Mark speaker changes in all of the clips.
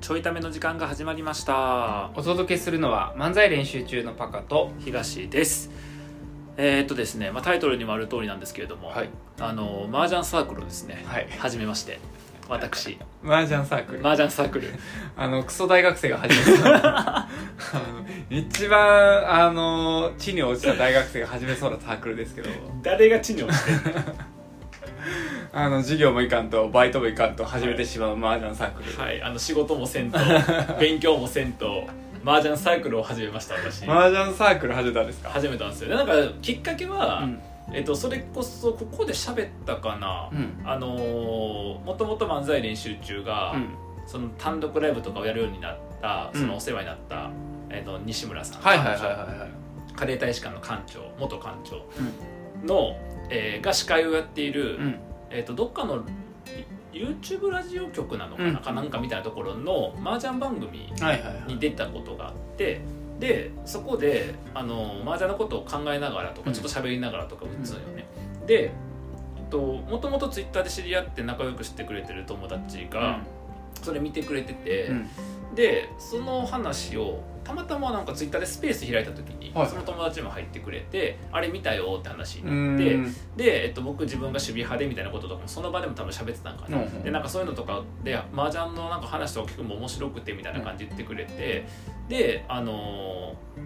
Speaker 1: ちょいための時間が始まりました
Speaker 2: お届けするのは漫才練習中のパカと
Speaker 1: 東ですえーっとですね、まあ、タイトルにもある通りなんですけれども、
Speaker 2: はい
Speaker 1: あの麻雀サークルをですね
Speaker 2: はい
Speaker 1: 始めまして私
Speaker 2: 麻雀サークル、
Speaker 1: 麻雀サークル
Speaker 2: あのクソ大学生が始めそうなあの一番あの地に落ちた大学生が始めそうなサークルですけど
Speaker 1: 誰が知に落ちて
Speaker 2: あの授業もいかんとバイトもいかんと始めてしまう麻雀サークル、
Speaker 1: はいあの仕事もせんと勉強もせんと麻雀サークルを始めました私
Speaker 2: 麻雀サークル始めたんですか、
Speaker 1: 始めたんですよでなんかきっかけは、
Speaker 2: うん
Speaker 1: えっと、それこそここで喋ったかな、
Speaker 2: うん
Speaker 1: あのーもともと漫才練習中が、
Speaker 2: うん
Speaker 1: その単独ライブとかをやるようになった
Speaker 2: うん
Speaker 1: そのお世話になった、えっと、西村さん、
Speaker 2: はいはいはい
Speaker 1: 館
Speaker 2: はいはい
Speaker 1: 長カレー大使館の館長元館長の、えーが司会をやっている、
Speaker 2: うん
Speaker 1: えっと、どっかの YouTube ラジオ局なのかな,、
Speaker 2: うん
Speaker 1: かなんかみたいなところの麻雀番組
Speaker 2: はいはいはい
Speaker 1: に出たことがあってでそこであの麻雀のことを考えながらと
Speaker 2: う
Speaker 1: か
Speaker 2: ん
Speaker 1: ちょっと喋りながらとか打つのよね、でえっともともとツイッターで知り合って仲良くしてくれてる友達がそれ見てくれてて、
Speaker 2: うん
Speaker 1: でその話をたまたまなんかツイッターでスペース開いた時に、
Speaker 2: はい
Speaker 1: その友達も入ってくれてあれ見たよって話
Speaker 2: う
Speaker 1: になって
Speaker 2: ん
Speaker 1: で、えっと、僕自分が守備派でみたいなこととかもその場でも多分喋ってたんかな、
Speaker 2: うん
Speaker 1: でなんかそういうのとかで麻雀のなんか話とか聞くのも面白くてみたいな感じで言ってくれて、であのー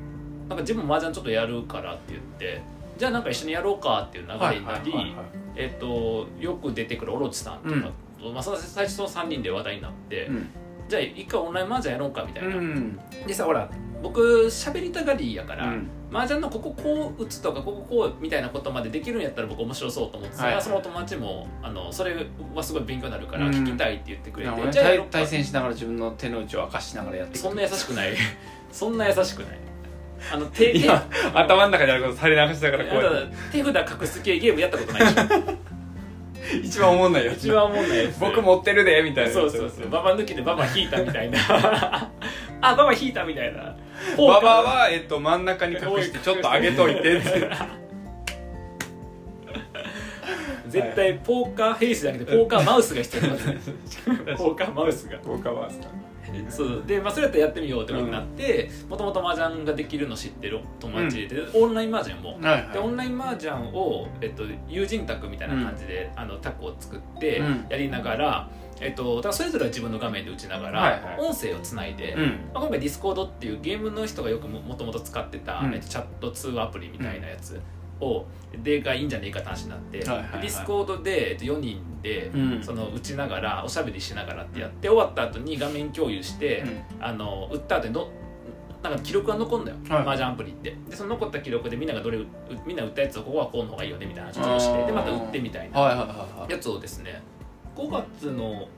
Speaker 1: なんか自分も麻雀ちょっとやるからって言ってじゃあなんか一緒にやろうかっていう流
Speaker 2: はい
Speaker 1: れにな
Speaker 2: はいはいはい
Speaker 1: りえっとよく出てくるオロチさんとかと、まあ、そ最初その3人で話題になって、
Speaker 2: うん
Speaker 1: じゃあ一回オンライン麻雀やろうかみたいな、
Speaker 2: うん
Speaker 1: でさほら僕喋りたがりやから、
Speaker 2: うん
Speaker 1: 麻雀のこここう打つとかこここうみたいなことまでできるんやったら僕面白そうと思ってたら、
Speaker 2: はい
Speaker 1: そのお友達もあのそれはすごい勉強になるから
Speaker 2: うん
Speaker 1: 聞きたいって言ってくれ
Speaker 2: な
Speaker 1: て、
Speaker 2: るほどね
Speaker 1: じゃあやろ
Speaker 2: 対
Speaker 1: うか
Speaker 2: 対戦しながら自分の手の内を明かしながらやっていく
Speaker 1: そんな優しくない そんな優しくないあの手
Speaker 2: い
Speaker 1: 手
Speaker 2: や 頭の中にあること垂れ流しながらこうやっ
Speaker 1: 手札隠す系ゲームやったことないでしょ
Speaker 2: て一番おもんないやつ
Speaker 1: 一番おもんないやつ
Speaker 2: 僕持ってるでみたいな
Speaker 1: そうそうそうババ抜きでババ引いたみた いなあババ引いたみたいな
Speaker 2: ババは、えっと、真ん中に隠してちょっと上げといてって
Speaker 1: 絶対ポーカーフェイスじゃなくてポーカーマウスが必要な んですねポーカーマウスが
Speaker 2: 僕はさ
Speaker 1: そうで、まあ、それやったらやってみようってことになってもともと麻雀ができるの知ってる友達で、オンライン麻雀も、
Speaker 2: はい
Speaker 1: でオンライン麻雀を、えっと、友人宅みたいな感じで、あの宅を作って
Speaker 2: うん
Speaker 1: やりながら、えっと、だからそれぞれは自分の画面で打ちながら、
Speaker 2: はいはい
Speaker 1: 音声をつないで、
Speaker 2: うん
Speaker 1: まあ、今回 Discord っていうゲームの人がよくももともと使ってた、
Speaker 2: うん
Speaker 1: えっと、チャット通話アプリみたいなやつを、でがいいんじゃねえかって話になって、
Speaker 2: はいはいはい
Speaker 1: で Discord で、えっと、4人で、
Speaker 2: うん
Speaker 1: その打ちながらおしゃべりしながらってやって終わった後に画面共有して、あの打った後にのなんか記録が残るんだよ、
Speaker 2: はい
Speaker 1: 麻雀アプリってでその残った記録でみんながどれうみんな打ったやつをここはこうの方がいいよねみたいな話をし
Speaker 2: あ
Speaker 1: て
Speaker 2: ー
Speaker 1: でまた打ってみたいな
Speaker 2: はいはいはいはい
Speaker 1: やつをですね5月の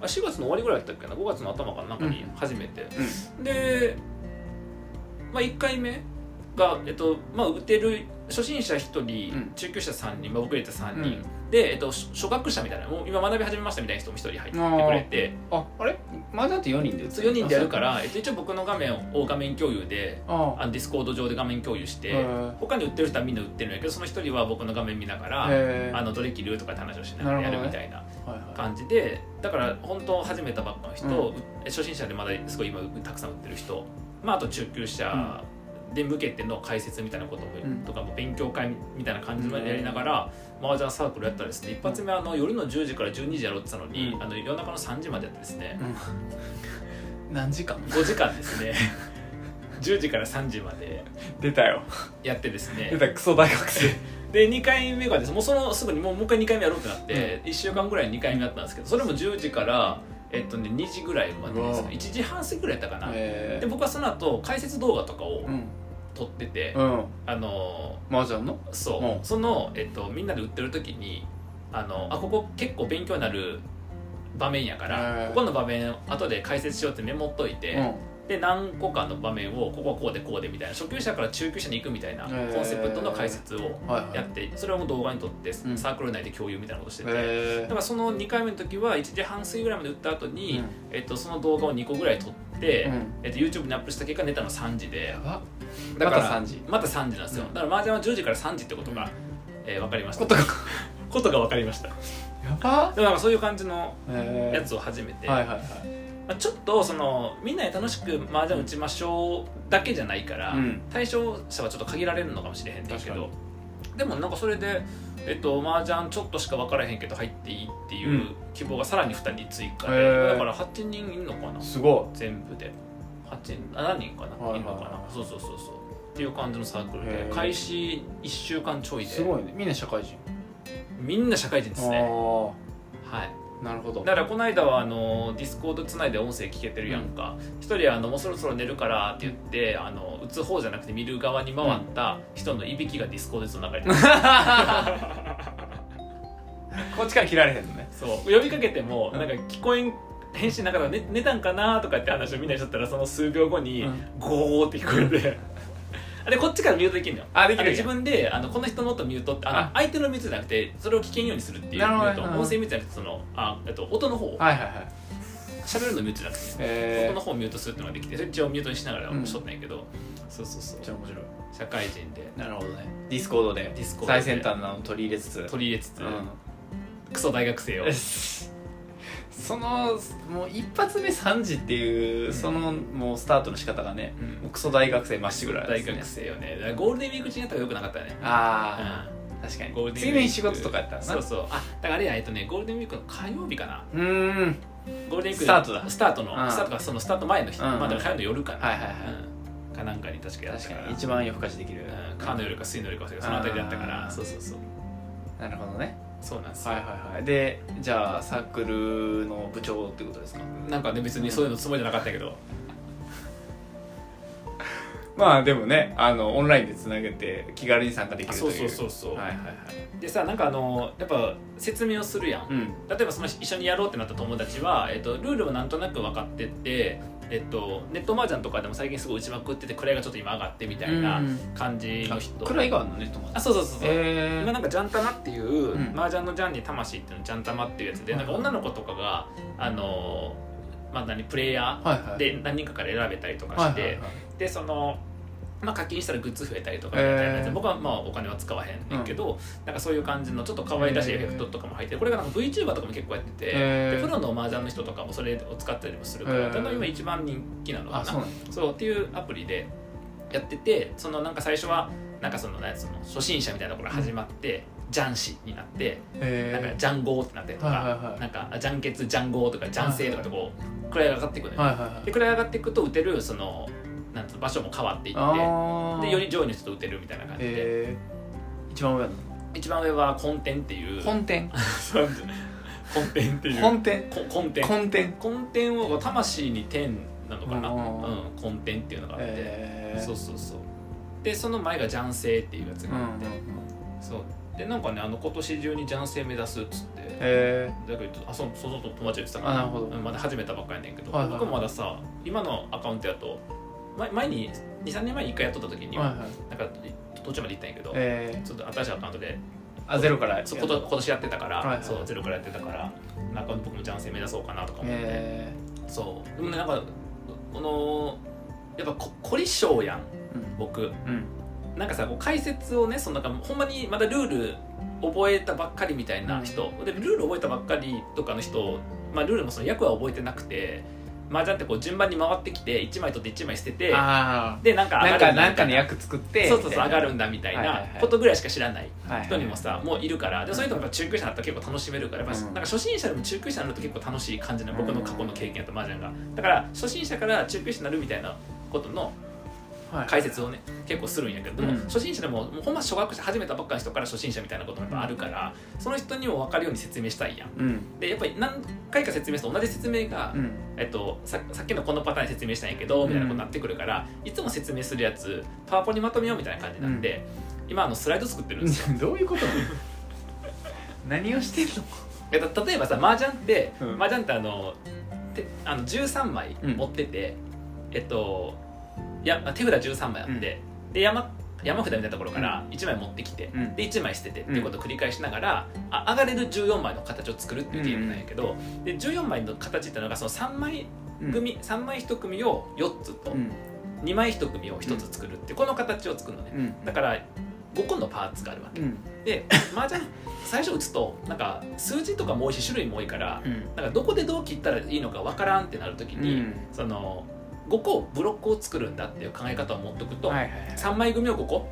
Speaker 1: あ4月の終わりぐらいだったっけな5月の頭かなんかに始めて、で、まあ、1回目が、えっとまあ、打てる初心者1人、
Speaker 2: うん
Speaker 1: 中級者3人、まあ、僕入れて3人、で、えっと、初初学者みたいなもう今学び始めましたみたいな人も1人入ってくれて
Speaker 2: ああれ麻雀って4人で打つ
Speaker 1: 4人でやるから、えっと、一応僕の画面を画面共有で
Speaker 2: あ
Speaker 1: あのディスコード上で画面共有して、
Speaker 2: へえ
Speaker 1: 他に売ってる人はみんな売ってるんやけどその1人は僕の画面見ながら、
Speaker 2: へえ
Speaker 1: あのどれ切るとかって話をしながらやるみたいな
Speaker 2: はいは
Speaker 1: 感じでだから本当始めたばっかの人、
Speaker 2: う
Speaker 1: 初心者でまだすごい今たくさん売ってる人、まあ、あと中級者で向けての解説みたいなことも、
Speaker 2: ん
Speaker 1: とかも勉強会みたいな感じまでやりながら、麻雀サークルやったらですね一発目あの夜の10時から12時やろうって言ってたのに、
Speaker 2: うん
Speaker 1: あの夜中の3時までやってですね
Speaker 2: い何時間
Speaker 1: 5時間ですね10時から3時まで
Speaker 2: 出たよ
Speaker 1: やってですね
Speaker 2: 出たクソ大学生
Speaker 1: で2回目がですもうそのすぐにもうもう一回2回目やろうってなって、1週間ぐらいに2回目だったんですけどそれも10時から、えっとね、2時ぐらいまでです
Speaker 2: うわ
Speaker 1: ね1時半過ぎぐらいだったかな、
Speaker 2: え
Speaker 1: で僕はその後解説動画とかを
Speaker 2: うん
Speaker 1: 撮ってて、
Speaker 2: うん
Speaker 1: あの
Speaker 2: 麻雀の
Speaker 1: ーそう、
Speaker 2: うん
Speaker 1: その、えっと、みんなで売ってる時にあのあここ結構勉強になる場面やから、
Speaker 2: へー
Speaker 1: ここの場面後で解説しようってメモっといて、
Speaker 2: うん
Speaker 1: で何個かの場面をここはこうでこうでみたいな初級者から中級者に行くみたいな
Speaker 2: へー
Speaker 1: コンセプトの解説を
Speaker 2: はいはい
Speaker 1: やってそれをもう動画に撮ってサ
Speaker 2: うん
Speaker 1: ークル内で共有みたいなことしてて、だ
Speaker 2: へ
Speaker 1: からその2回目の時は1時半過ぎぐらいまで打った後
Speaker 2: え
Speaker 1: に、えっと、その動画を2個ぐらい撮って、
Speaker 2: うん
Speaker 1: えっと、YouTube にアップした結果寝たの3時で
Speaker 2: やば
Speaker 1: だから
Speaker 2: また3時
Speaker 1: また3時なんですよ、
Speaker 2: うん
Speaker 1: だから麻雀は10時から3時ってことが、えー分かりました
Speaker 2: こと が
Speaker 1: ことが分かりましただか
Speaker 2: やば
Speaker 1: らそういう感じの
Speaker 2: へえ
Speaker 1: やつを始めて、
Speaker 2: はいはいはい
Speaker 1: まあちょっとそのみんなで楽しく麻雀打ちましょうだけじゃないから、
Speaker 2: うん
Speaker 1: 対象者はちょっと限られるのかもしれへんねんけ
Speaker 2: 確か
Speaker 1: どでもなんかそれで、えっと、麻雀ちょっとしか分からへんけど入っていいっていうう希望がさらに2人追加で、
Speaker 2: へー
Speaker 1: だから8人いるのかな
Speaker 2: すご
Speaker 1: 全部で8人7人かな、
Speaker 2: はいはいはい
Speaker 1: いるのかなそうそうそうそうっていう感じのサークル
Speaker 2: へ
Speaker 1: で
Speaker 2: ー
Speaker 1: 開始1週間ちょい
Speaker 2: い
Speaker 1: です
Speaker 2: ごいねみんな社会人
Speaker 1: みんな社会人ですね
Speaker 2: あ
Speaker 1: はい
Speaker 2: あなるほど
Speaker 1: だからこの間はあのディスコードつないで音声聞けてるやんか一、人あのもうそろそろ寝るからって言ってあの打つ方じゃなくて見る側に回った人のいびきがディスコードつの中に
Speaker 2: こっちから切られへんのね
Speaker 1: そう呼びかけてもなんか聞こえん返信なかったから寝寝たんかなとかって話をみんなしちゃったらその数秒後に
Speaker 2: うん
Speaker 1: ゴーって聞こえ てあれこっちからミュートできるのよ
Speaker 2: あ
Speaker 1: だ
Speaker 2: でき
Speaker 1: から
Speaker 2: る
Speaker 1: 自分であのこの人の音ミュートってあの
Speaker 2: あ
Speaker 1: 相手のミュートじゃなくてそれを聞けんようにするっていうミ
Speaker 2: なるほど
Speaker 1: ュート
Speaker 2: なるほど
Speaker 1: 音声ミュートじゃなくてそのあえっと音の方
Speaker 2: はいはいはい
Speaker 1: 喋るのミュートじゃなくて
Speaker 2: え
Speaker 1: 音の
Speaker 2: ー
Speaker 1: 方をミュートするっていうのができてそれ一応ミュートにしながら
Speaker 2: うん
Speaker 1: しとったんやけど、そうそうそ
Speaker 2: めっちゃ
Speaker 1: う
Speaker 2: 面白い
Speaker 1: 社会人で
Speaker 2: なるほどねディスコードで
Speaker 1: ディスコードで
Speaker 2: 最先端なのを取り入れつつ
Speaker 1: 取り入れつつ、
Speaker 2: うん
Speaker 1: クソ大学生を
Speaker 2: よしそのもう一発目3時っていう、
Speaker 1: うん
Speaker 2: そのもうスタートの仕方がね
Speaker 1: うん
Speaker 2: もうクソ大学生まっしぐらい
Speaker 1: 大
Speaker 2: ですね
Speaker 1: 学生よねだからゴールデンウィーク中にやったらよくなかったよね
Speaker 2: あ
Speaker 1: うん
Speaker 2: あ、確か
Speaker 1: ゴール
Speaker 2: に
Speaker 1: デンウィー
Speaker 2: 次
Speaker 1: ク
Speaker 2: の日仕事とかやったらな
Speaker 1: そうそうあだからあれやえっとねゴールデンウィークの火曜日かな
Speaker 2: うーんはい
Speaker 1: ゴールデンウィーク
Speaker 2: スタートだ
Speaker 1: スタートの、
Speaker 2: うん
Speaker 1: スタートがそのスタート前の日、
Speaker 2: うん
Speaker 1: まあだから火曜の夜かな、
Speaker 2: はいは
Speaker 1: うんかなんかに確か
Speaker 2: い
Speaker 1: やった
Speaker 2: 確
Speaker 1: か
Speaker 2: からに一番夜更かしできる、
Speaker 1: うん、火の夜か水の夜か忘れたけどその辺りだったか
Speaker 2: あ
Speaker 1: ら
Speaker 2: ー
Speaker 1: そうそうそう
Speaker 2: なるほどね
Speaker 1: そうなんですよ、
Speaker 2: はいはいはいでじゃあサークルの部長ってことですか
Speaker 1: なんかね別にそういうのつもりじゃなかったけど
Speaker 2: まあでもねあのオンラインでつなげて気軽に参加でき
Speaker 1: あ
Speaker 2: る
Speaker 1: そ
Speaker 2: という
Speaker 1: うそうそうそう、
Speaker 2: はいはいはい
Speaker 1: でさなんかあのやっぱ説明をするやん、
Speaker 2: うん
Speaker 1: 例えばその一緒にやろうってなった友達は、えっと、ルールもなんとなく分かってって、えっと、ネットマージャンとかでも最近すごい打ちまくってて位がちょっと今上がってみたいな
Speaker 2: うん
Speaker 1: 感じの人、
Speaker 2: 暗い側のね友
Speaker 1: あ
Speaker 2: 達
Speaker 1: そうそうそうそう、
Speaker 2: え
Speaker 1: 今なんかジャンタマっていう、
Speaker 2: うん
Speaker 1: マージャンのジャンに魂っていうのジャンタマっていうやつで、なんか女の子とかがあのーまあ何プレイヤ
Speaker 2: はいは
Speaker 1: ー
Speaker 2: い
Speaker 1: で何人かから選べたりとかして、
Speaker 2: はいはいはい
Speaker 1: でその、まあ、課金したらグッズ増えたりとかみたいなやつ、
Speaker 2: えー
Speaker 1: 僕はまあお金は使わへんねんけど、なんかそういう感じのちょっと可愛らしいエフェクトとかも入ってるこれがなんか VTuber とかも結構やってて、
Speaker 2: えー
Speaker 1: でプロの麻雀の人とかもそれを使ったりもするから、
Speaker 2: えー
Speaker 1: 多分今一番人気なのか
Speaker 2: あ
Speaker 1: な
Speaker 2: そうなんだ
Speaker 1: そうっていうアプリでやっててそのなんか最初はなんかそのなんやその初心者みたいなところ始まって、ジャンシになってなんか
Speaker 2: へ
Speaker 1: ジャンゴーってなってとか、
Speaker 2: はいはいはい
Speaker 1: なんかあジャンケツジャンゴーとかジャンセイとかってこう位が上がっていくの
Speaker 2: え
Speaker 1: よ、
Speaker 2: はいはい
Speaker 1: で位が上がっていくと打てるそのなんつうの場所も変わっていって
Speaker 2: はい
Speaker 1: でより上位の人と打てるみたいな感じで、
Speaker 2: えー、一番上なの
Speaker 1: 一番上はコンテンっていう
Speaker 2: 本店
Speaker 1: そうコンテンっていう
Speaker 2: 本店
Speaker 1: ココンテン
Speaker 2: 本店
Speaker 1: コンテンは魂に天なのかな、
Speaker 2: あ
Speaker 1: うん
Speaker 2: ー、
Speaker 1: コンテンっていうのがあって、
Speaker 2: えー、
Speaker 1: そうそうそうでその前が雀星っていうやつ
Speaker 2: うんう
Speaker 1: が
Speaker 2: ん
Speaker 1: あ
Speaker 2: う
Speaker 1: って、
Speaker 2: ん
Speaker 1: そうでなんかねあの今年中に雀星目指すっつって
Speaker 2: え
Speaker 1: だけどあそうそうそう友達が言ってたか
Speaker 2: あ
Speaker 1: ら
Speaker 2: なるほど
Speaker 1: うんまだ始めたばっかりやねんけど、
Speaker 2: はいはい
Speaker 1: 僕もまださ今のアカウントやと前前に23年前に1回やっとった時に
Speaker 2: ー、
Speaker 1: は、
Speaker 2: はいはい
Speaker 1: なんか途中まで行ったんやけど、
Speaker 2: え
Speaker 1: ちょっと新しいアカウントで
Speaker 2: ー、あゼロから
Speaker 1: そうこと今年やってたから、
Speaker 2: はいはい
Speaker 1: そうゼロからやってたからなんか僕も雀星目指そうかなとか思って、
Speaker 2: え
Speaker 1: そうでもねなんかこのやっぱこ凝り性やん
Speaker 2: ー、うん
Speaker 1: 僕
Speaker 2: うん
Speaker 1: なんかさこう解説をねそのなんかほんまにまだルール覚えたばっかりみたいな人、でルール覚えたばっかりとかの人、まあ、ルールもその役は覚えてなくて麻雀ってこう順番に回ってきて1枚取って1枚捨てて
Speaker 2: あ
Speaker 1: でなんか
Speaker 2: あ
Speaker 1: 上が
Speaker 2: なんか
Speaker 1: るんだ
Speaker 2: なんかの
Speaker 1: みたい
Speaker 2: 役作って
Speaker 1: そうそうそう上がる
Speaker 2: み
Speaker 1: んだみたい
Speaker 2: はいは
Speaker 1: ない
Speaker 2: はい
Speaker 1: ことぐらいしか知らない
Speaker 2: たいな
Speaker 1: 人にもさもういるからでそういうのが中級者になったら結構楽しめるからやっぱ、
Speaker 2: うん
Speaker 1: なんか初心者でも中級者になると結構楽しい感じの僕の過去の経験やと麻雀がだから初心者から中級者になるみたいなことの
Speaker 2: はいはいは
Speaker 1: 解
Speaker 2: い
Speaker 1: 説をね結構するんやけど、
Speaker 2: うん
Speaker 1: 初心者でももうほんま初学者始めたばっかりの人から初心者みたいなこともやっぱあるからその人にも分かるように説明したいやん
Speaker 2: うん
Speaker 1: でやっぱり何回か説明すると同じ説明が、
Speaker 2: うん
Speaker 1: えっと、ささっきのこのパターンで説明したんやけどみたいなことになってくるから、いつも説明するやつパワポにまとめようみたいな感じになって、今あのスライド作ってるんですよ
Speaker 2: どういうことなの 何をしてるの
Speaker 1: えっと例えばさ麻雀って、
Speaker 2: うん
Speaker 1: 麻雀ってあのてあの13枚
Speaker 2: うん
Speaker 1: 持ってて、えっとや手札13枚あって、で山山札みたいなところから1枚持ってきて、
Speaker 2: うん
Speaker 1: で1枚捨ててっていうことを繰り返しながら、あ上がれる14枚の形を作るっていうゲームなんやけど、で14枚の形っていうのがその3枚組、三枚1組を4つと、
Speaker 2: うん
Speaker 1: 2枚1組を1つ作るってこの形を作るのね、
Speaker 2: うん
Speaker 1: だから5個のパーツがあるわけ
Speaker 2: うん
Speaker 1: で麻雀最初打つとなんか数字とかも多いし種類も多いから
Speaker 2: うん
Speaker 1: なんかどこでどう切ったらいいのかわからんってなるときに、
Speaker 2: うん
Speaker 1: その5個ブロックを作るんだっていう考え方を持っておくと、
Speaker 2: はいはいはい
Speaker 1: 3枚組を5個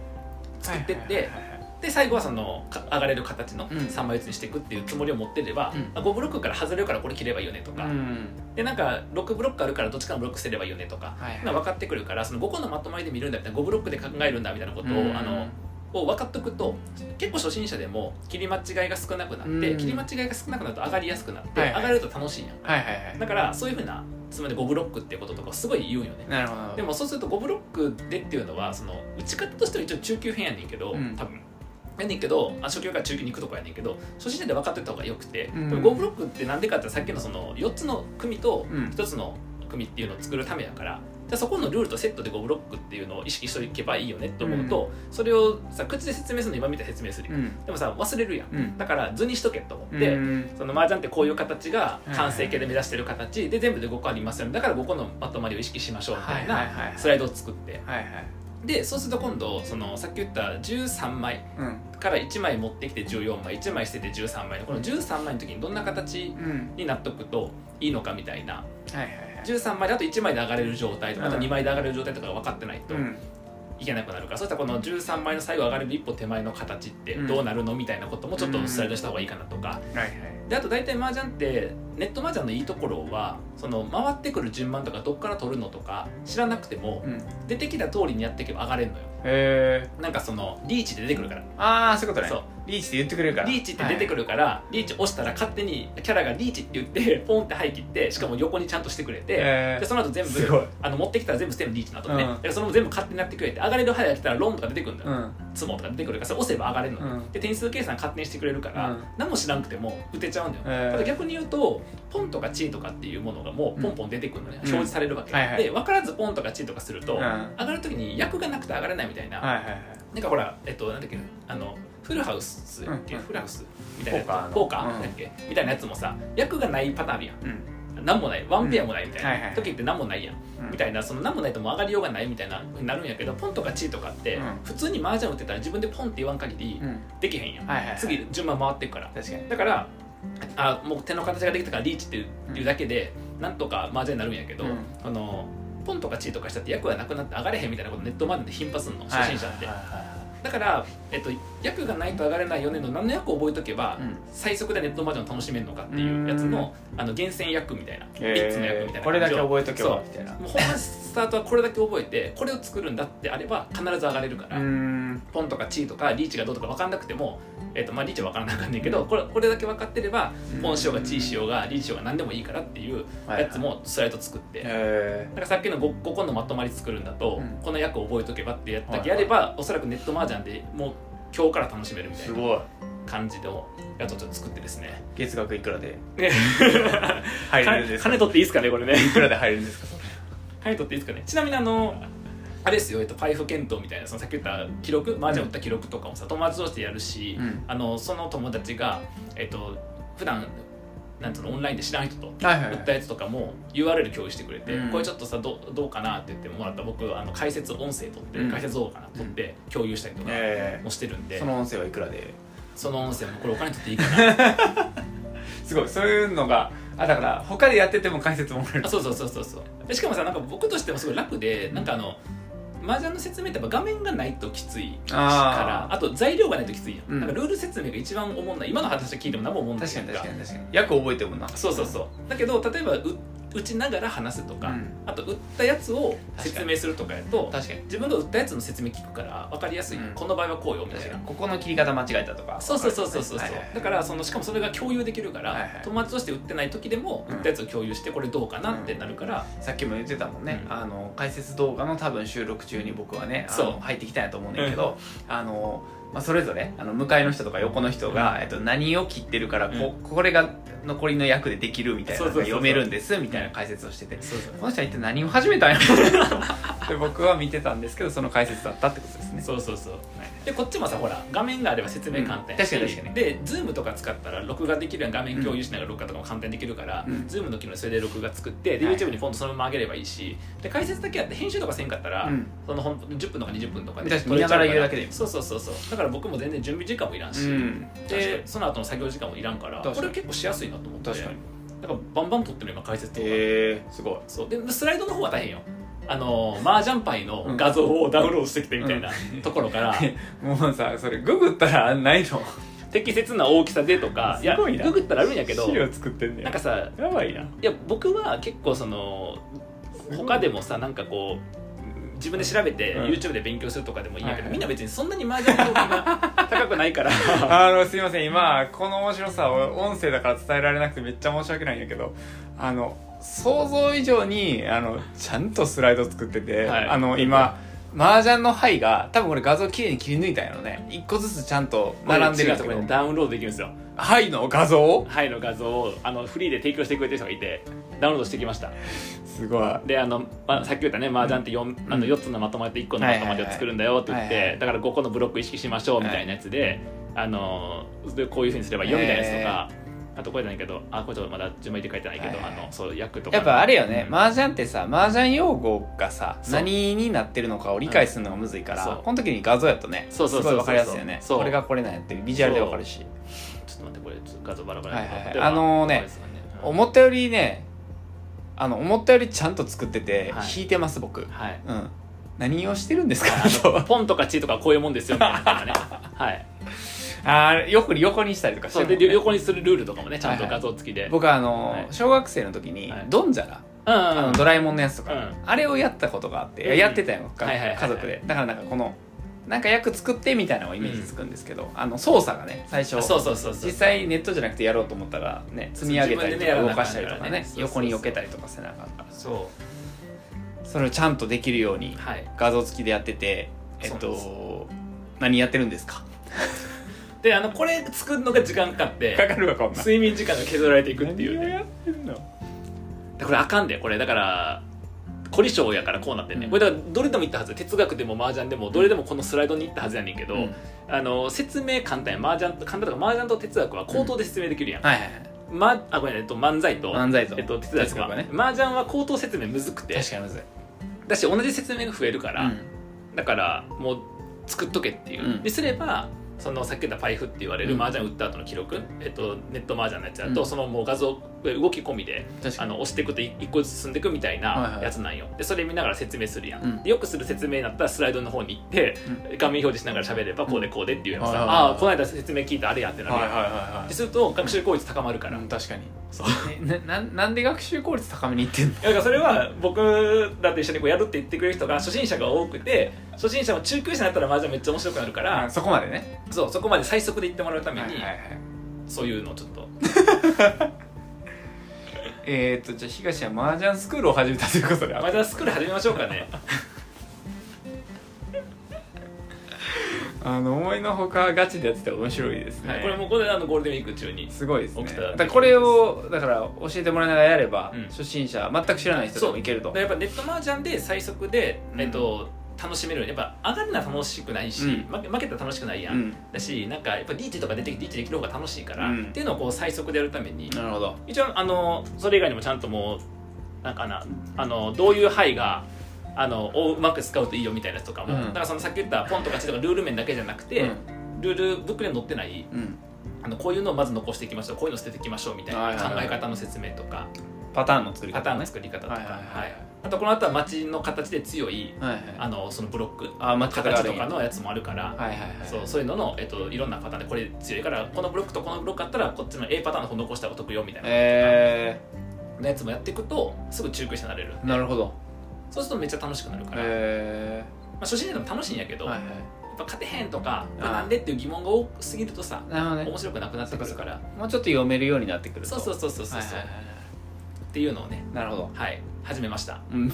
Speaker 1: 作ってって、
Speaker 2: はいはいはいはい
Speaker 1: で最後はそのか上がれる形の
Speaker 2: うん
Speaker 1: 3枚ずつにしていくっていうつもりを持ってれば、
Speaker 2: う
Speaker 1: 5ブロックから外れるからこれ切ればいいよねとか、
Speaker 2: うん
Speaker 1: でなんか6ブロックあるからどっちかのブロック捨てればいいよねとか。
Speaker 2: はいはい
Speaker 1: なんか分かってくるからその5個のまとまりで見るんだみたいな5ブロックで考えるんだみたいなことを,、
Speaker 2: うん
Speaker 1: あのを分かっとくと結構初心者でも切り間違いが少なくなって、
Speaker 2: うん
Speaker 1: 切り間違いが少なくなると上がりやすくなって、
Speaker 2: はいはい
Speaker 1: 上がると楽しいやん
Speaker 2: はいはいはい
Speaker 1: だからそういうふうなつまり5ブロックっていうこととかをすごい言うんよね
Speaker 2: なるほど
Speaker 1: でもそうすると5ブロックでっていうのはその打ち方としては一応中級編やねんけど、
Speaker 2: うん
Speaker 1: 多分やねんけどあ初級から中級に行くとこやねんけど初心者で分かってた方がよくて、
Speaker 2: うん
Speaker 1: でも5ブロックってなんでかってさっきのその4つの組と
Speaker 2: うん
Speaker 1: 1つの組っていうのを作るためやから。じゃあそこのルールとセットで5ブロックっていうのを意識していけばいいよねと思うと、それをさ口で説明するの今みたいに説明するやん、
Speaker 2: うん
Speaker 1: でもさ忘れるやん
Speaker 2: うん
Speaker 1: だから図にしとけと思って、
Speaker 2: うん
Speaker 1: その麻雀ってこういう形が完成形で目指してる形、で全部で5個ありますよねだから5個のまとまりを意識しましょうみたい
Speaker 2: はいはいはい
Speaker 1: な
Speaker 2: はい
Speaker 1: スライドを作って
Speaker 2: はいはい
Speaker 1: でそうすると今度そのさっき言った13枚
Speaker 2: うん
Speaker 1: から1枚持ってきて14枚1枚捨てて13枚のこの13枚の時にどんな形
Speaker 2: うん
Speaker 1: になっとくといいのかみたいな
Speaker 2: はいはいはい
Speaker 1: 13枚であと1枚で上がれる状態とかあと2枚で上がれる状態とかが分かってないと
Speaker 2: うん
Speaker 1: いけなくなるから、そうしたらこの13枚の最後上がれる一歩手前の形ってどうなるのみたいなこともちょっとスライドした方がいいかなとか、
Speaker 2: はいはい
Speaker 1: であと大体麻雀ってネット麻雀のいいところはその回ってくる順番とかどっから取るのとか知らなくても
Speaker 2: うん
Speaker 1: 出てきた通りにやっていけば上がれるのよ
Speaker 2: へー
Speaker 1: なんかそのリーチで出てくるから
Speaker 2: ああそういうことね
Speaker 1: そう
Speaker 2: リーチって言ってくれるから
Speaker 1: リーチって出てくるから、リーチ押したら勝手にキャラがリーチって言ってポンって入切ってしかも横にちゃんとしてくれて、
Speaker 2: へー
Speaker 1: でその後全
Speaker 2: すご
Speaker 1: 部
Speaker 2: い
Speaker 1: あの持ってきたら全部全部リーチなとね、
Speaker 2: うん
Speaker 1: だからそれも全部勝手にやってくれて上がれる早来たらロンとか出てくるんだ
Speaker 2: う
Speaker 1: よ、
Speaker 2: ん
Speaker 1: ツモとか出てくるからそれ押せば上がれるのよ、
Speaker 2: うん
Speaker 1: で点数計算勝手にしてくれるから、
Speaker 2: うん
Speaker 1: 何も知らなくても打てちゃうんだよ、
Speaker 2: へー
Speaker 1: ただ逆に言うとポンとかチーとかっていうものがもうポンポン出てくるのね、
Speaker 2: ん
Speaker 1: 表示されるわけ、
Speaker 2: はいはい
Speaker 1: で分からずポンとかチーとかすると、
Speaker 2: うん
Speaker 1: 上
Speaker 2: は
Speaker 1: がる時に役がなくて上がれないみたいな、
Speaker 2: いはいはい
Speaker 1: なんかほらえっとなんだっけあのフルハウスだっけ、
Speaker 2: うんうん
Speaker 1: フルハウスみたいなやつ
Speaker 2: ポーカーの
Speaker 1: ポーカー
Speaker 2: うん
Speaker 1: だっけ、みたいなやつもさ役がないパターンあるやん
Speaker 2: うん
Speaker 1: 何もないワンペアもないみたいな、
Speaker 2: うんはいはい
Speaker 1: 時って何もないやん
Speaker 2: うん
Speaker 1: みたいなその何もないともう上がりようがないみたいなになるんやけどポンとかチーとかって、
Speaker 2: うん
Speaker 1: 普通に麻雀打ってたら自分でポンって言わん限り
Speaker 2: うん
Speaker 1: できへんやん、
Speaker 2: はいはいはい
Speaker 1: 次順番回ってくから
Speaker 2: 確かに
Speaker 1: だからあもう手の形ができたからリーチっていう,、だけでなんとか麻雀になるんやけど、
Speaker 2: うん
Speaker 1: あのポンとかチーとかしたって役がなくなって上がれへんみたいなことネットまでで頻発するの初心者って、
Speaker 2: はいはいはいはい
Speaker 1: だから、えっと、役がないと上がれない4年の何の役を覚えとけば、
Speaker 2: うん
Speaker 1: 最速でネットマージョン楽しめるのかっていうやつのあの厳選役みたいな、3つの役みたいな感じを
Speaker 2: これだけ覚えとけば
Speaker 1: そ
Speaker 2: みたいな
Speaker 1: うもうほんまスタートはこれだけ覚えてこれを作るんだってあれば必ず上がれるから、
Speaker 2: ん
Speaker 1: ポンとかチーとかリーチがどうとか分かんなくても、えっとまあ、リーチは分からなあかんねんけどこれこれだけ分かってればポンしようがチーしようがリーチしようが何でもいいからっていうやつもスライド作って。
Speaker 2: へ
Speaker 1: なんかさっきの 5, 個のまとまり作るんだと、
Speaker 2: うん
Speaker 1: この役を覚えとけばってやったけやれば、おそらくネット麻雀でもう今日から楽しめるみ
Speaker 2: え
Speaker 1: た
Speaker 2: す
Speaker 1: いな
Speaker 2: ごい
Speaker 1: 感じのやつをちょっと作ってですね
Speaker 2: 月額いくらで
Speaker 1: ね
Speaker 2: 入れるん
Speaker 1: 金
Speaker 2: ですか
Speaker 1: 金取っていいですかねこれね
Speaker 2: いくらで入れるんですかそれ
Speaker 1: 金取っていいですかねちなみにあのあれですよ、えっと、パイフ検討みたいなそのさっき言った記録麻雀打った記録とかもさ友達同士でやるし、
Speaker 2: うん
Speaker 1: あのその友達がえっと普段なんつうのオンラインで知らない人と
Speaker 2: はいはい
Speaker 1: 売ったやつとかも URL 共有してくれて、
Speaker 2: うん
Speaker 1: これちょっとさどうどうかなって言ってもらった僕あの解説音声取って、
Speaker 2: うん
Speaker 1: 解説どうかな取って共有したりとか
Speaker 2: え
Speaker 1: もしてるんで、
Speaker 2: その音声はいくらで
Speaker 1: その音声もこれお金取っていいかな
Speaker 2: すごいそういうのがあだから他でやってても解説もらえる
Speaker 1: あそうそうそうそうそうでしかもさなんか僕としてもすごい楽でなんかあの麻雀の説明ってやっぱ画面がないときついから
Speaker 2: あ
Speaker 1: あと材料がないときついやん,、
Speaker 2: うん
Speaker 1: なんかルール説明が一番おもんない今の話を聞いても何もおもん
Speaker 2: あ
Speaker 1: ない
Speaker 2: 確か
Speaker 1: や
Speaker 2: に
Speaker 1: ん
Speaker 2: 確かに確かに役覚えてるもんな
Speaker 1: そうそうそうだけど例えばう打ちながら話すとか、
Speaker 2: うん
Speaker 1: あと打ったやつを説明するとかやと
Speaker 2: 確かに
Speaker 1: 自分が打ったやつの説明聞くから分かりやすい、
Speaker 2: うん
Speaker 1: この場合はこうよみた
Speaker 2: 確
Speaker 1: い
Speaker 2: か
Speaker 1: な
Speaker 2: にここの切り方間違えたとか
Speaker 1: そうそうそうそうそう、
Speaker 2: はいはいはい
Speaker 1: だからそのしかもそれが共有できるから、
Speaker 2: はいはい
Speaker 1: 友達として打ってない時でも
Speaker 2: うん
Speaker 1: 打ったやつを共有してこれどうかなってなるから、
Speaker 2: さっきも言ってたもんね、
Speaker 1: うん
Speaker 2: あの解説動画の多分収録中に僕はねあの
Speaker 1: そう
Speaker 2: 入ってきたんやと思うねんだけど、あのまあ、それぞれあの向かいの人とか横の人が、えっと、何を切ってるからこ,、これが残りの役でできるみたいな
Speaker 1: そう
Speaker 2: の
Speaker 1: そう
Speaker 2: が
Speaker 1: そうそう
Speaker 2: 読めるんですみたいな解説をしてて
Speaker 1: そうそう
Speaker 2: この人は一体何を始めたんやろで僕は見てたんですけどその解説だったってことですね
Speaker 1: そうそうそう
Speaker 2: はい
Speaker 1: でこっちもさほら画面があれば説明簡単やし、
Speaker 2: うん確かに確か
Speaker 1: で Zoom とか使ったら録画できるやん画面共有しながら録画とかも簡単にできるから、
Speaker 2: うん
Speaker 1: Zoom の機能でそれで録画作ってで
Speaker 2: はい
Speaker 1: YouTube にフォントそのまま上げればいいしで解説だけやって編集とかせんかったら、
Speaker 2: うん
Speaker 1: そのほん10分とか20分とかで撮れち
Speaker 2: 確かに
Speaker 1: ゃう
Speaker 2: 見ながら言うだけで
Speaker 1: そうそうそうそうだから僕も全然準備時間もいらんし、
Speaker 2: うん
Speaker 1: でその後の作業時間もいらんから
Speaker 2: 確か
Speaker 1: こ
Speaker 2: に
Speaker 1: れ結構しやすいなと思って
Speaker 2: 確かに
Speaker 1: だからバンバン撮ってる今解説とか、
Speaker 2: えー、すごい
Speaker 1: そうでスライドの方は大変よあの麻雀牌の画像をダウンロードしてきてみたいなところから、
Speaker 2: もうさそれググったらないの
Speaker 1: 適切な大きさでとかいや
Speaker 2: すごいな
Speaker 1: ググったらあるんやけど
Speaker 2: 資料作ってんね
Speaker 1: なんかさ
Speaker 2: やばいない
Speaker 1: や僕は結構その
Speaker 2: ごい
Speaker 1: 他でもさなんかこう自分で調べて
Speaker 2: うん
Speaker 1: YouTube で勉強するとかでもいいんやけど、
Speaker 2: はいはい
Speaker 1: みんな別にそんなにマージャン興味 が高くないから
Speaker 2: あのすいません今この面白さを音声だから伝えられなくてめっちゃ申し訳ないんやけどあの想像以上にあのちゃんとスライド作ってて、
Speaker 1: はい
Speaker 2: あの今麻雀の牌が多分これ画像綺麗に切り抜いたんやろね一個ずつちゃんと並んでるんや
Speaker 1: と
Speaker 2: け
Speaker 1: こ
Speaker 2: ど
Speaker 1: ろにダウンロードできるんですよ
Speaker 2: 牌の画像を
Speaker 1: はいの画像をあのフリーで提供してくれてる人がいてダウンロードしてきました
Speaker 2: すごい
Speaker 1: であの、まあ、さっき言ったね麻雀って四
Speaker 2: ん
Speaker 1: あの4つのまとまりと1個のまとまりを作るんだよって言って、
Speaker 2: はいはいはい
Speaker 1: だから5個のブロック意識しましょうみたいなやつで、あのでこういうふうにすればいいよみたいなやつとか、あとこれじゃないけどあこれちょっとまだ順番で書いてないけど、
Speaker 2: はいはい
Speaker 1: あのそう役とか
Speaker 2: やっぱあれよ
Speaker 1: う
Speaker 2: ね
Speaker 1: ん
Speaker 2: 麻雀ってさ麻雀用語がさ
Speaker 1: そう
Speaker 2: 何になってるのかを理解するのがむずいから、
Speaker 1: うんそう
Speaker 2: この時に画像やとねす
Speaker 1: そう
Speaker 2: ご
Speaker 1: そう
Speaker 2: い
Speaker 1: そうそう
Speaker 2: 分かりやすいよね
Speaker 1: そう
Speaker 2: これがこれなんやってビジュアルで分かるし
Speaker 1: ちょっと待ってこれちょっと画像バラバラ
Speaker 2: はいはいはい
Speaker 1: でも
Speaker 2: あのね
Speaker 1: これですようん
Speaker 2: 思ったよりねあの思ったよりちゃんと作ってて
Speaker 1: はい
Speaker 2: 引いてます僕、
Speaker 1: はい
Speaker 2: うん何をしてるんですか
Speaker 1: あの
Speaker 2: と
Speaker 1: ポンとかチーとかこういうもんですよみたいなねはい
Speaker 2: あーよく横にしたりとかして
Speaker 1: そう
Speaker 2: るも
Speaker 1: で
Speaker 2: んね
Speaker 1: 旅行にするルールとかもねちゃんと
Speaker 2: はいは
Speaker 1: 画
Speaker 2: い
Speaker 1: 像付きで、
Speaker 2: 僕はあの、
Speaker 1: はい
Speaker 2: 小学生の時に
Speaker 1: はい
Speaker 2: ドンジャラあ
Speaker 1: うん
Speaker 2: のドラえもんのやつとか、
Speaker 1: うん
Speaker 2: あれをやったことがあって、
Speaker 1: うん
Speaker 2: やってたよ、か
Speaker 1: はいはいはいはい
Speaker 2: 家族でだからなんかこのなんか役作ってみたいなのをイメージつくんですけど、あの操作がね最初
Speaker 1: そうそうそうそう
Speaker 2: 実際ネットじゃなくてやろうと思ったらね積み上げたり
Speaker 1: 自分で
Speaker 2: と
Speaker 1: ねやら
Speaker 2: か
Speaker 1: な
Speaker 2: 動
Speaker 1: あかん
Speaker 2: かしたりと
Speaker 1: か
Speaker 2: から
Speaker 1: ね
Speaker 2: ね
Speaker 1: そうそうそ
Speaker 2: 横
Speaker 1: う
Speaker 2: に避けたりとかせなあかんから
Speaker 1: そ
Speaker 2: それをちゃんとできるように
Speaker 1: うはい
Speaker 2: 画像付きでやっててえっ
Speaker 1: そうなん
Speaker 2: と何やってるんですか
Speaker 1: であのこれ作るのが時間かかって
Speaker 2: かかるわこんなん
Speaker 1: 睡眠時間が削られていくっていう
Speaker 2: 何を
Speaker 1: ね
Speaker 2: やってんの
Speaker 1: でこれあかんでこれだから凝り性やからこうなってんね、
Speaker 2: うん
Speaker 1: これだからどれでも行ったはず哲学でも麻雀でもどれでもこのスライドに行ったはずやねんけど、
Speaker 2: うん
Speaker 1: あの説明簡単や麻雀と簡単とか麻雀と哲学は口頭で説明できるやん、
Speaker 2: はいはいはい
Speaker 1: ま、あごめん、えっと、漫才と
Speaker 2: 漫才と
Speaker 1: えっと、哲学は、
Speaker 2: 哲学
Speaker 1: 麻雀は口頭説明むずくて
Speaker 2: 確かにむずい
Speaker 1: だし同じ説明が増えるから、
Speaker 2: うん
Speaker 1: だからもう作っとけっていう、
Speaker 2: うん
Speaker 1: ですればそのさっき言ったパイフって言われる
Speaker 2: うん
Speaker 1: 麻雀打った後の記録、えっと、ネット麻雀のやつだと、
Speaker 2: うん
Speaker 1: そのもう画像動き込みで
Speaker 2: 確か
Speaker 1: あ
Speaker 2: に
Speaker 1: の押していくと一個ずつ進んでいくみたい
Speaker 2: はい
Speaker 1: な
Speaker 2: はい
Speaker 1: やつなんよ、でそれ見ながら説明するやん、
Speaker 2: うん
Speaker 1: でよくする説明になったらスライドの方に行って、画面表示しながら喋ればこうでこうでっていうやつさ、
Speaker 2: はいはいはい
Speaker 1: ああこの間説明聞いたあれやってなるやん、
Speaker 2: は
Speaker 1: ですると学習効率高まるから、
Speaker 2: うん確かに
Speaker 1: そう
Speaker 2: ねなななんで学習効率高めにいってんの
Speaker 1: だからそれは僕らと一緒にこうやるって言ってくれる人が初心者が多くて初心者も中級者になったら麻雀めっちゃ面白くなるから、
Speaker 2: あそこまでね
Speaker 1: そうそこまで最速で行ってもらうために、
Speaker 2: い
Speaker 1: そういうのをちょっと
Speaker 2: えっとじゃあ東は麻雀スクールを始めたということで
Speaker 1: またスクール始めましょうか ね
Speaker 2: あの思いのほかガチでやってて面白いですね、
Speaker 1: はいこれもうこれあのゴールデンウィーク中に
Speaker 2: すごいですね
Speaker 1: 起きたら
Speaker 2: だからこれをだから教えてもらいながらやれば、
Speaker 1: うん
Speaker 2: 初心者全く知らない人でもいけると
Speaker 1: でやっぱネット麻雀で最速で、
Speaker 2: うん
Speaker 1: えっと、楽しめるやっぱ上がるのは楽しくないし、
Speaker 2: うん
Speaker 1: 負け負けたら楽しくないやん、
Speaker 2: うん
Speaker 1: だしなんかやっぱリーチとか出てきてリーチできる方が楽しいから、
Speaker 2: うん
Speaker 1: っていうのをこう最速でやるために、
Speaker 2: なるほど
Speaker 1: 一応あのそれ以外にもちゃんともうなんかなあのどういう範囲があのをうまく使うといいよみたいなやつとかも、
Speaker 2: うん
Speaker 1: だからそのさっき言ったポンとかチとかルール面だけじゃなくて、ルールブックには載ってない
Speaker 2: うんうん
Speaker 1: あのこういうのをまず残していきましょうこういうのを捨てていきましょうみたい
Speaker 2: はい
Speaker 1: な
Speaker 2: はい
Speaker 1: 考
Speaker 2: は
Speaker 1: え
Speaker 2: い
Speaker 1: 方の説明とか
Speaker 2: パターンの作り
Speaker 1: パ
Speaker 2: 方
Speaker 1: ターンの
Speaker 2: ね
Speaker 1: 作り方とか、
Speaker 2: はいはいはい
Speaker 1: はいあとこの後は街の形で強い
Speaker 2: はいはい
Speaker 1: あのそのブロック
Speaker 2: あまあ
Speaker 1: 形とかのやつもあるから、
Speaker 2: はいはいはい
Speaker 1: そうそういうのの、えっと、いろんなパターンでこれ強いからこのブロックとこのブロックあったらこっちの A パターンの方残した方が得よみたいな、
Speaker 2: え
Speaker 1: のやつもやっていくとすぐ中級者になれる
Speaker 2: ー、なるほど
Speaker 1: そうするとめっちゃ楽しくなるから、
Speaker 2: え
Speaker 1: まあ、初心者でも楽しいんやけ
Speaker 2: ー、
Speaker 1: ど、
Speaker 2: はい
Speaker 1: や
Speaker 2: は
Speaker 1: っぱ勝てへんとか、
Speaker 2: うん
Speaker 1: まあなんでっていう疑問が多すぎるとさ
Speaker 2: いなるほどね
Speaker 1: 面白くなくなってくるから
Speaker 2: もうちょっと読めるようになってくると
Speaker 1: そうそうそうそうそう、
Speaker 2: はいはいはいは
Speaker 1: っていうのをね
Speaker 2: いなるほど
Speaker 1: はい始めました
Speaker 2: うん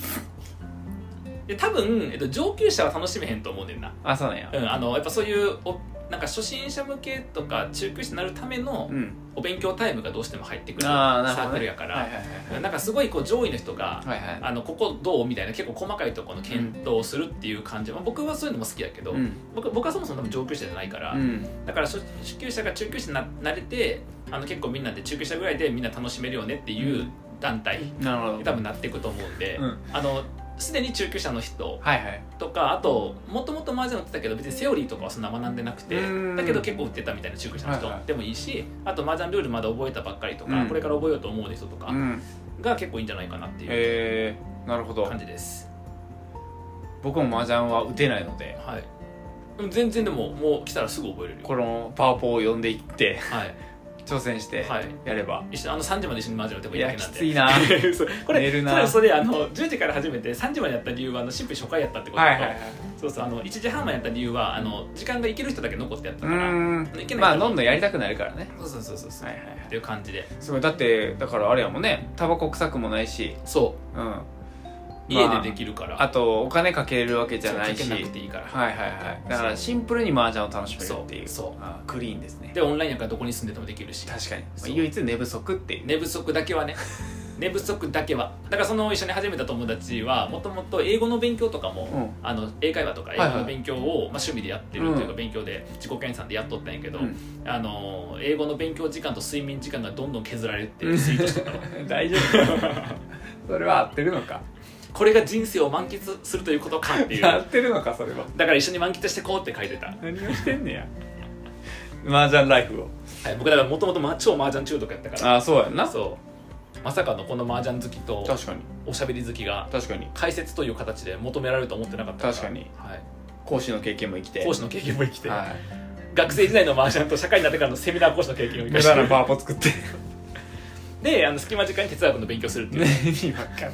Speaker 1: で多分、えっと、上級者は楽しめへんと思うねんな、
Speaker 2: あそうなんや
Speaker 1: うん、あのやっぱそういうおなんか初心者向けとか中級者になるための
Speaker 2: うん
Speaker 1: お勉強タイムがどうしても入ってくるサ
Speaker 2: あーなるほどね
Speaker 1: ークルやから、
Speaker 2: はいはい
Speaker 1: なんかすごいこう上位の人が、
Speaker 2: はいはいはい
Speaker 1: あのここどうみたいな結構細かいところの検討をするっていう感じ、まあ、僕はそういうのも好きやけど、
Speaker 2: うん
Speaker 1: 僕僕はそもそも多分上級者じゃないから、
Speaker 2: うん
Speaker 1: だから初初級者が中級者にななれてあの結構みんなで中級者ぐらいでみんな楽しめるよねっていう団体
Speaker 2: なるほど
Speaker 1: に多分なっていくと思うんで、
Speaker 2: うん
Speaker 1: あのすでに中級者の人
Speaker 2: はいはい
Speaker 1: とかあともともとマージャン打ってたけど別にセオリーとかはそんな学んでなくて
Speaker 2: うん
Speaker 1: だけど結構打ってたみたいな中級者の
Speaker 2: はいはい
Speaker 1: 人でもいいし、あとマージャンルールまだ覚えたばっかりとか、
Speaker 2: うん
Speaker 1: これから覚えようと思う人とか
Speaker 2: うん
Speaker 1: が結構いいんじゃないかなっていう
Speaker 2: えー、なるほど
Speaker 1: 感じです、
Speaker 2: 僕も麻雀は打てないので
Speaker 1: はいでも全然でももう来たらすぐ覚えれるよ
Speaker 2: このパワポを呼んでいって
Speaker 1: はい
Speaker 2: 挑戦して
Speaker 1: はい
Speaker 2: やれば、
Speaker 1: 一緒あの3時まで一緒にマージャン打てば
Speaker 2: い、
Speaker 1: いいだ
Speaker 2: や
Speaker 1: け
Speaker 2: き
Speaker 1: なんで そ
Speaker 2: ついな
Speaker 1: うこれ
Speaker 2: 寝るな
Speaker 1: それそれあの10時から始めて3時までやった理由はあのシンプルに初回やったってことと、
Speaker 2: はいはいはい
Speaker 1: そうそうあの1時半までやった理由はあの時間がいける人だけ残ってやった
Speaker 2: う
Speaker 1: から、い
Speaker 2: ー
Speaker 1: け
Speaker 2: ん
Speaker 1: ない
Speaker 2: まあどんどんやりたくなるからね
Speaker 1: そうそうそうそうそう、
Speaker 2: はいはいはい
Speaker 1: っていう感じです
Speaker 2: ごいだってだからあれやもんねタバコ臭くもないし、
Speaker 1: そ
Speaker 2: う
Speaker 1: う
Speaker 2: ん、ま
Speaker 1: 家
Speaker 2: あ
Speaker 1: でできるから、
Speaker 2: あとお金かけるわけじゃないし
Speaker 1: そうかけなくていいから
Speaker 2: はいはいはいだからシンプルに麻雀を楽しめるっていう
Speaker 1: そうそう
Speaker 2: あークリーンですね
Speaker 1: でオンラインやからどこに住んでてもできるし
Speaker 2: 確かに、まあ
Speaker 1: そう
Speaker 2: 唯一寝不足っていうね
Speaker 1: 寝不足だけはね寝不足だけはだからその一緒に始めた友達はもともと英語の勉強とかも、
Speaker 2: うん
Speaker 1: あの英会話とか英
Speaker 2: いは
Speaker 1: 語
Speaker 2: い
Speaker 1: の勉強を、まあ、趣味でやってるっていうか、
Speaker 2: うん
Speaker 1: 勉強で自己研鑽でやっとったんやけど、
Speaker 2: うん
Speaker 1: あの英語の勉強時間と睡眠時間がどんどん削られるってツイートしてたわ
Speaker 2: 大 丈夫それは合ってるのか
Speaker 1: これが人生を満喫するということか っていう
Speaker 2: 合
Speaker 1: だ
Speaker 2: ってるのかそれは
Speaker 1: から一緒に満喫してこうって書いてた、は
Speaker 2: 何をしてんねや 麻雀ライフを
Speaker 1: い、僕だからもともと超麻雀中毒やったから
Speaker 2: ああそうやんな
Speaker 1: そうまさかのこの麻雀好きと
Speaker 2: 確かに
Speaker 1: おしゃべり好きが
Speaker 2: 確かに
Speaker 1: 解説という形で求められると思ってなかったから
Speaker 2: 確かに
Speaker 1: は
Speaker 2: 講師の経験も生き
Speaker 1: い、
Speaker 2: て
Speaker 1: 講師の経験も生きて、
Speaker 2: はい、
Speaker 1: 学生時代の麻雀と社会になってからのセミナー講師の経験を生か
Speaker 2: 無
Speaker 1: し
Speaker 2: 駄な
Speaker 1: て
Speaker 2: パワポ作 って
Speaker 1: であの隙間時間に哲学の勉強するっていう、
Speaker 2: 何ばっか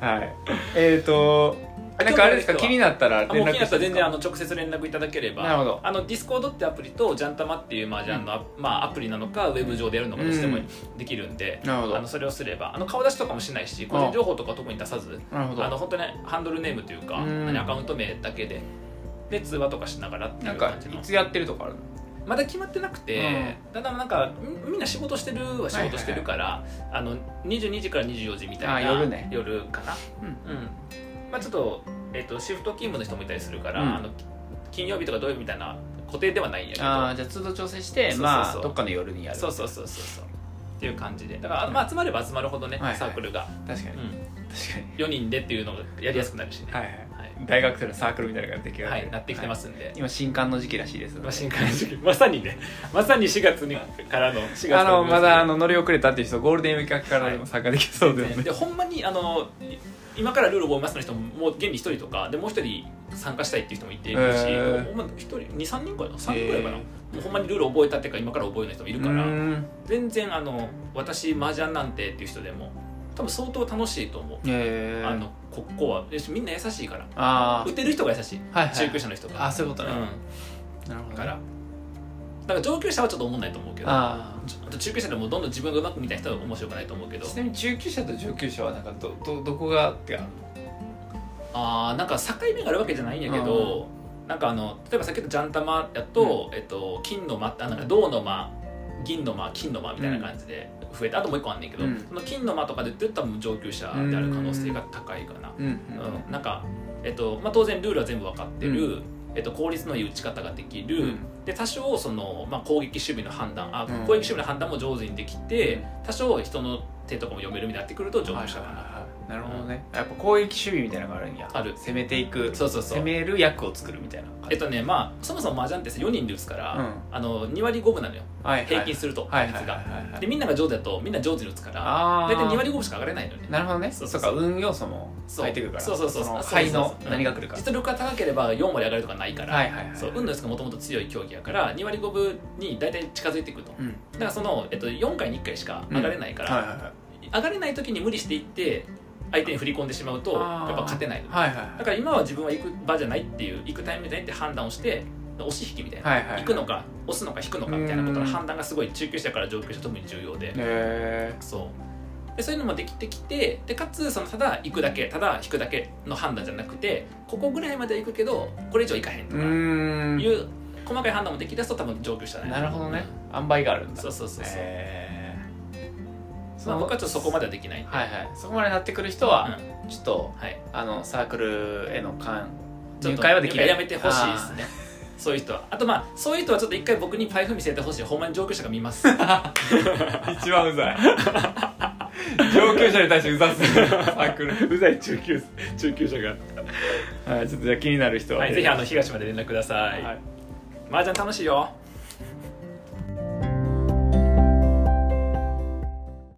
Speaker 2: なはいえーとなんかあれですか気になったら
Speaker 1: あも
Speaker 2: 連
Speaker 1: う気に
Speaker 2: 絡し
Speaker 1: なった
Speaker 2: て
Speaker 1: ら全然あの直接連絡いただければ
Speaker 2: なるほど
Speaker 1: あのディスコードってアプリとジャンタマっていう、まあ、ジャンのア,、まあ、アプリなのかウェブ上でやるのかどうしても
Speaker 2: うん
Speaker 1: できるんで、
Speaker 2: なるほど
Speaker 1: あのそれをすればあの顔出しとかもしないし個人情報とかは特に出さず
Speaker 2: なるほど
Speaker 1: あの本当にハンドルネームというか、
Speaker 2: うん
Speaker 1: 何アカウント名だけで。で通話とかしながらってい
Speaker 2: な
Speaker 1: うん
Speaker 2: か
Speaker 1: 感じの
Speaker 2: いつやってるとかあるの
Speaker 1: まだ決まってなくて、ただなんかみみんな仕事してるは仕事してるから、あの22時から24時みたいな
Speaker 2: あ夜ね
Speaker 1: 夜かなうんまあ、ちょっと,、えっとシフト勤務の人もいたりするから、
Speaker 2: うん
Speaker 1: あのき金曜日とか土曜日みたいな固定ではないんやけ
Speaker 2: ああ
Speaker 1: ど
Speaker 2: じゃあ通度調整し
Speaker 1: そう
Speaker 2: て
Speaker 1: そうそう
Speaker 2: まあどっかの夜にやる
Speaker 1: そうそうそうそうそうっていう感じでだから、まあ、集まれば集まるほどね、
Speaker 2: はいはい
Speaker 1: サークルが、
Speaker 2: 確か
Speaker 1: う
Speaker 2: に
Speaker 1: ん、
Speaker 2: 確かに
Speaker 1: 4人でっていうのがやりやすくなるしね、
Speaker 2: はい
Speaker 1: は
Speaker 2: はいい大学生のサークルみたいなのが出来上
Speaker 1: はい
Speaker 2: がる
Speaker 1: なってきてますんで、
Speaker 2: はい今新刊の時期らしいです
Speaker 1: まあ、新刊の時期まさにねまさに4月にからの4月
Speaker 2: あのまだあ
Speaker 1: の
Speaker 2: の乗り遅れたっていう人ゴールデンウィーク明けからでも参加できそうですね
Speaker 1: でほんまにあのい今からルール覚えますの人ももう現に1人とかでもう1人参加したいっていう人もいているし、
Speaker 2: へー
Speaker 1: ほんま1人23人かな3人ぐらいかな、もうほんまにルール覚えたっていうか今から覚えるような人もいる
Speaker 2: う
Speaker 1: から、
Speaker 2: ーん
Speaker 1: 全然あの私麻雀なんてっていう人でも多分相当楽しいと思う、
Speaker 2: えー
Speaker 1: あのここはよしみんな優しいから
Speaker 2: あ
Speaker 1: 打てる人が優しい、
Speaker 2: あはいはい
Speaker 1: 中級者の人が
Speaker 2: あそういうことね
Speaker 1: う
Speaker 2: なるほど
Speaker 1: ん
Speaker 2: ね
Speaker 1: からだから上級者はちょっと思んないと思うけど
Speaker 2: あ
Speaker 1: ちょあと中級者でもどんどん自分がうまくみたいな人は面白くないと思うけ
Speaker 2: あ
Speaker 1: ど
Speaker 2: ちなみに中級者と上級者はなんかどどどこがってか
Speaker 1: あーなんか境目があるわけじゃないんやけどなんかあの例えばさっきのジャン玉やと、えっと、金の間あなんか銅の間銀の間金の間みたいな感じで増えて、あともう一個あんねんけど、
Speaker 2: うん
Speaker 1: その金の間とかで言ったらもう上級者である可能性が高いかな、
Speaker 2: うんうん
Speaker 1: うんなんか、えっとまあ、当然ルールは全部分かってる、えっと、効率のいい打ち方ができる、
Speaker 2: うん
Speaker 1: で多少その、まあ、攻撃守備の判断あ
Speaker 2: うん
Speaker 1: 攻撃守備の判断も上手にできて、多少人の手とかも読めるみたいになってくると上級者かな、
Speaker 2: はいはいはいなるほどねやっぱ攻撃守備みたいなのがあるんや
Speaker 1: ある
Speaker 2: 攻めていく
Speaker 1: そうそうそう
Speaker 2: 攻める役を作るみたいな感
Speaker 1: えっ
Speaker 2: じ
Speaker 1: とねまあそもそも麻雀ってさ4人で打つから、
Speaker 2: うん
Speaker 1: あの2割5分なのよ
Speaker 2: はいはい
Speaker 1: 平均すると
Speaker 2: はい
Speaker 1: 打
Speaker 2: はい
Speaker 1: 率
Speaker 2: はい
Speaker 1: が
Speaker 2: はいは
Speaker 1: で
Speaker 2: い
Speaker 1: みんなが上手だとみんな上手に打つから
Speaker 2: あ
Speaker 1: 大
Speaker 2: ー
Speaker 1: 体2割5分しか上がれないのね
Speaker 2: なるほどね
Speaker 1: そ
Speaker 2: そうう
Speaker 1: そうそう
Speaker 2: か運要素も入ってくるから
Speaker 1: そうそうそう
Speaker 2: の
Speaker 1: そう
Speaker 2: 肺
Speaker 1: そ
Speaker 2: の
Speaker 1: うそうそう
Speaker 2: 何が来るか
Speaker 1: 実力が高ければ4割上がるとかないから、
Speaker 2: はいはいはい
Speaker 1: そう運のやつがもともと強い競技やから2割5分に大体近づいていくと
Speaker 2: うん
Speaker 1: だからその、えっと、4回に1回しか上がれないから、
Speaker 2: はいはいはい
Speaker 1: 上がれない時に無理していって相手に振り込んでしまうと
Speaker 2: あー
Speaker 1: やっぱ勝てないの
Speaker 2: はいはいはい
Speaker 1: だから今は自分は行く場じゃないっていう行くタイミングじゃないって判断をして押し引きみたいな、
Speaker 2: はいはいはい
Speaker 1: 行くのか押すのか引くのかみたいなことの
Speaker 2: うん
Speaker 1: 判断がすごい中級者から上級者特に重要で、
Speaker 2: へ
Speaker 1: そうでそういうのもできてきてでかつそのただ行くだけただ引くだけの判断じゃなくてここぐらいまでは行くけどこれ以上行かへん
Speaker 2: え
Speaker 1: と
Speaker 2: う
Speaker 1: か
Speaker 2: ーん
Speaker 1: いう細かい判断もできだすと多分上級者だね
Speaker 2: なるほどね塩梅があるんだ
Speaker 1: そうそうそうそう、
Speaker 2: へー
Speaker 1: まあ、僕はちょっとそこまではできないんで、
Speaker 2: はいはいそこまでなってくる人
Speaker 1: うん
Speaker 2: はちょっと
Speaker 1: はい、
Speaker 2: あのサークルへの関
Speaker 1: ちょっ
Speaker 2: 入
Speaker 1: と
Speaker 2: 会はできない
Speaker 1: やめてほしいですねそういう人はあとまあそういう人はちょっと一回僕にパイフ見せてほしいほんまに上級者が見ます
Speaker 2: あー一番うざ い上級者に対してうざすぎるサークル
Speaker 1: うざい中級中級者が
Speaker 2: はいちょっとじゃあ気になる人は
Speaker 1: はいぜひあの東まで連絡ください、
Speaker 2: はい
Speaker 1: 麻雀楽しいよ